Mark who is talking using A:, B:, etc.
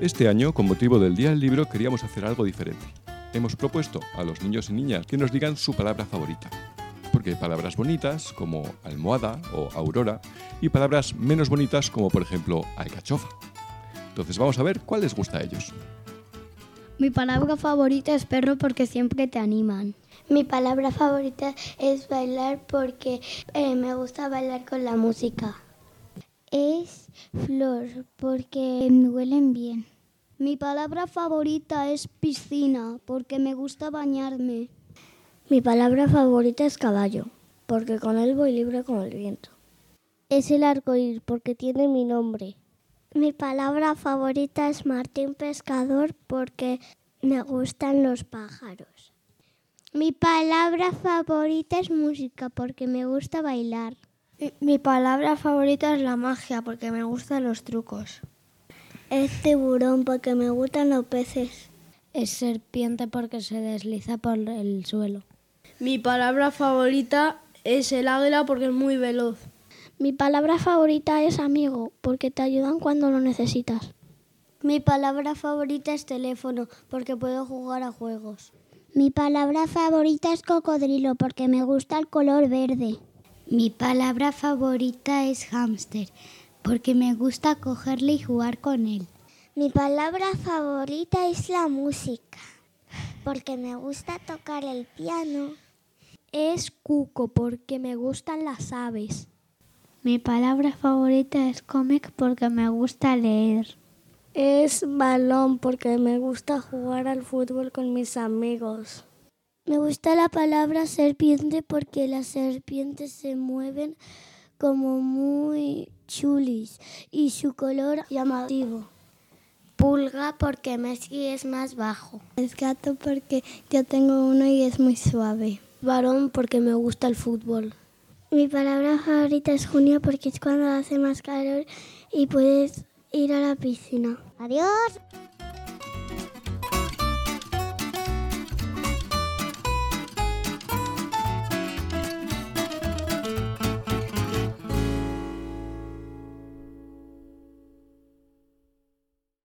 A: Este año, con motivo del Día del Libro, queríamos hacer algo diferente. Hemos propuesto a los niños y niñas que nos digan su palabra favorita. Porque palabras bonitas como almohada o aurora y palabras menos bonitas como por ejemplo alcachofa. Entonces vamos a ver cuál les gusta a ellos.
B: Mi palabra favorita es perro porque siempre te animan.
C: Mi palabra favorita es bailar porque eh, me gusta bailar con la música.
D: Es flor porque me huelen bien.
E: Mi palabra favorita es piscina porque me gusta bañarme.
F: Mi palabra favorita es caballo porque con él voy libre como el viento.
G: Es el arcoíris porque tiene mi nombre.
H: Mi palabra favorita es Martín Pescador porque me gustan los pájaros.
I: Mi palabra favorita es música porque me gusta bailar.
J: Mi palabra favorita es la magia porque me gustan los trucos.
K: Es tiburón porque me gustan los peces.
L: Es serpiente porque se desliza por el suelo.
M: Mi palabra favorita es el águila porque es muy veloz.
N: Mi palabra favorita es amigo, porque te ayudan cuando lo necesitas.
O: Mi palabra favorita es teléfono, porque puedo jugar a juegos.
P: Mi palabra favorita es cocodrilo, porque me gusta el color verde.
Q: Mi palabra favorita es hámster, porque me gusta cogerle y jugar con él.
R: Mi palabra favorita es la música, porque me gusta tocar el piano.
S: Es cuco, porque me gustan las aves.
T: Mi palabra favorita es cómic porque me gusta leer.
J: Es balón porque me gusta jugar al fútbol con mis amigos.
K: Me gusta la palabra serpiente porque las serpientes se mueven como muy chulis y su color llamativo.
F: Pulga porque Messi es más bajo.
E: Es gato porque yo tengo uno y es muy suave.
H: Varón porque me gusta el fútbol.
G: Mi palabra favorita es junio porque es cuando hace más calor y puedes ir a la piscina.
D: Adiós.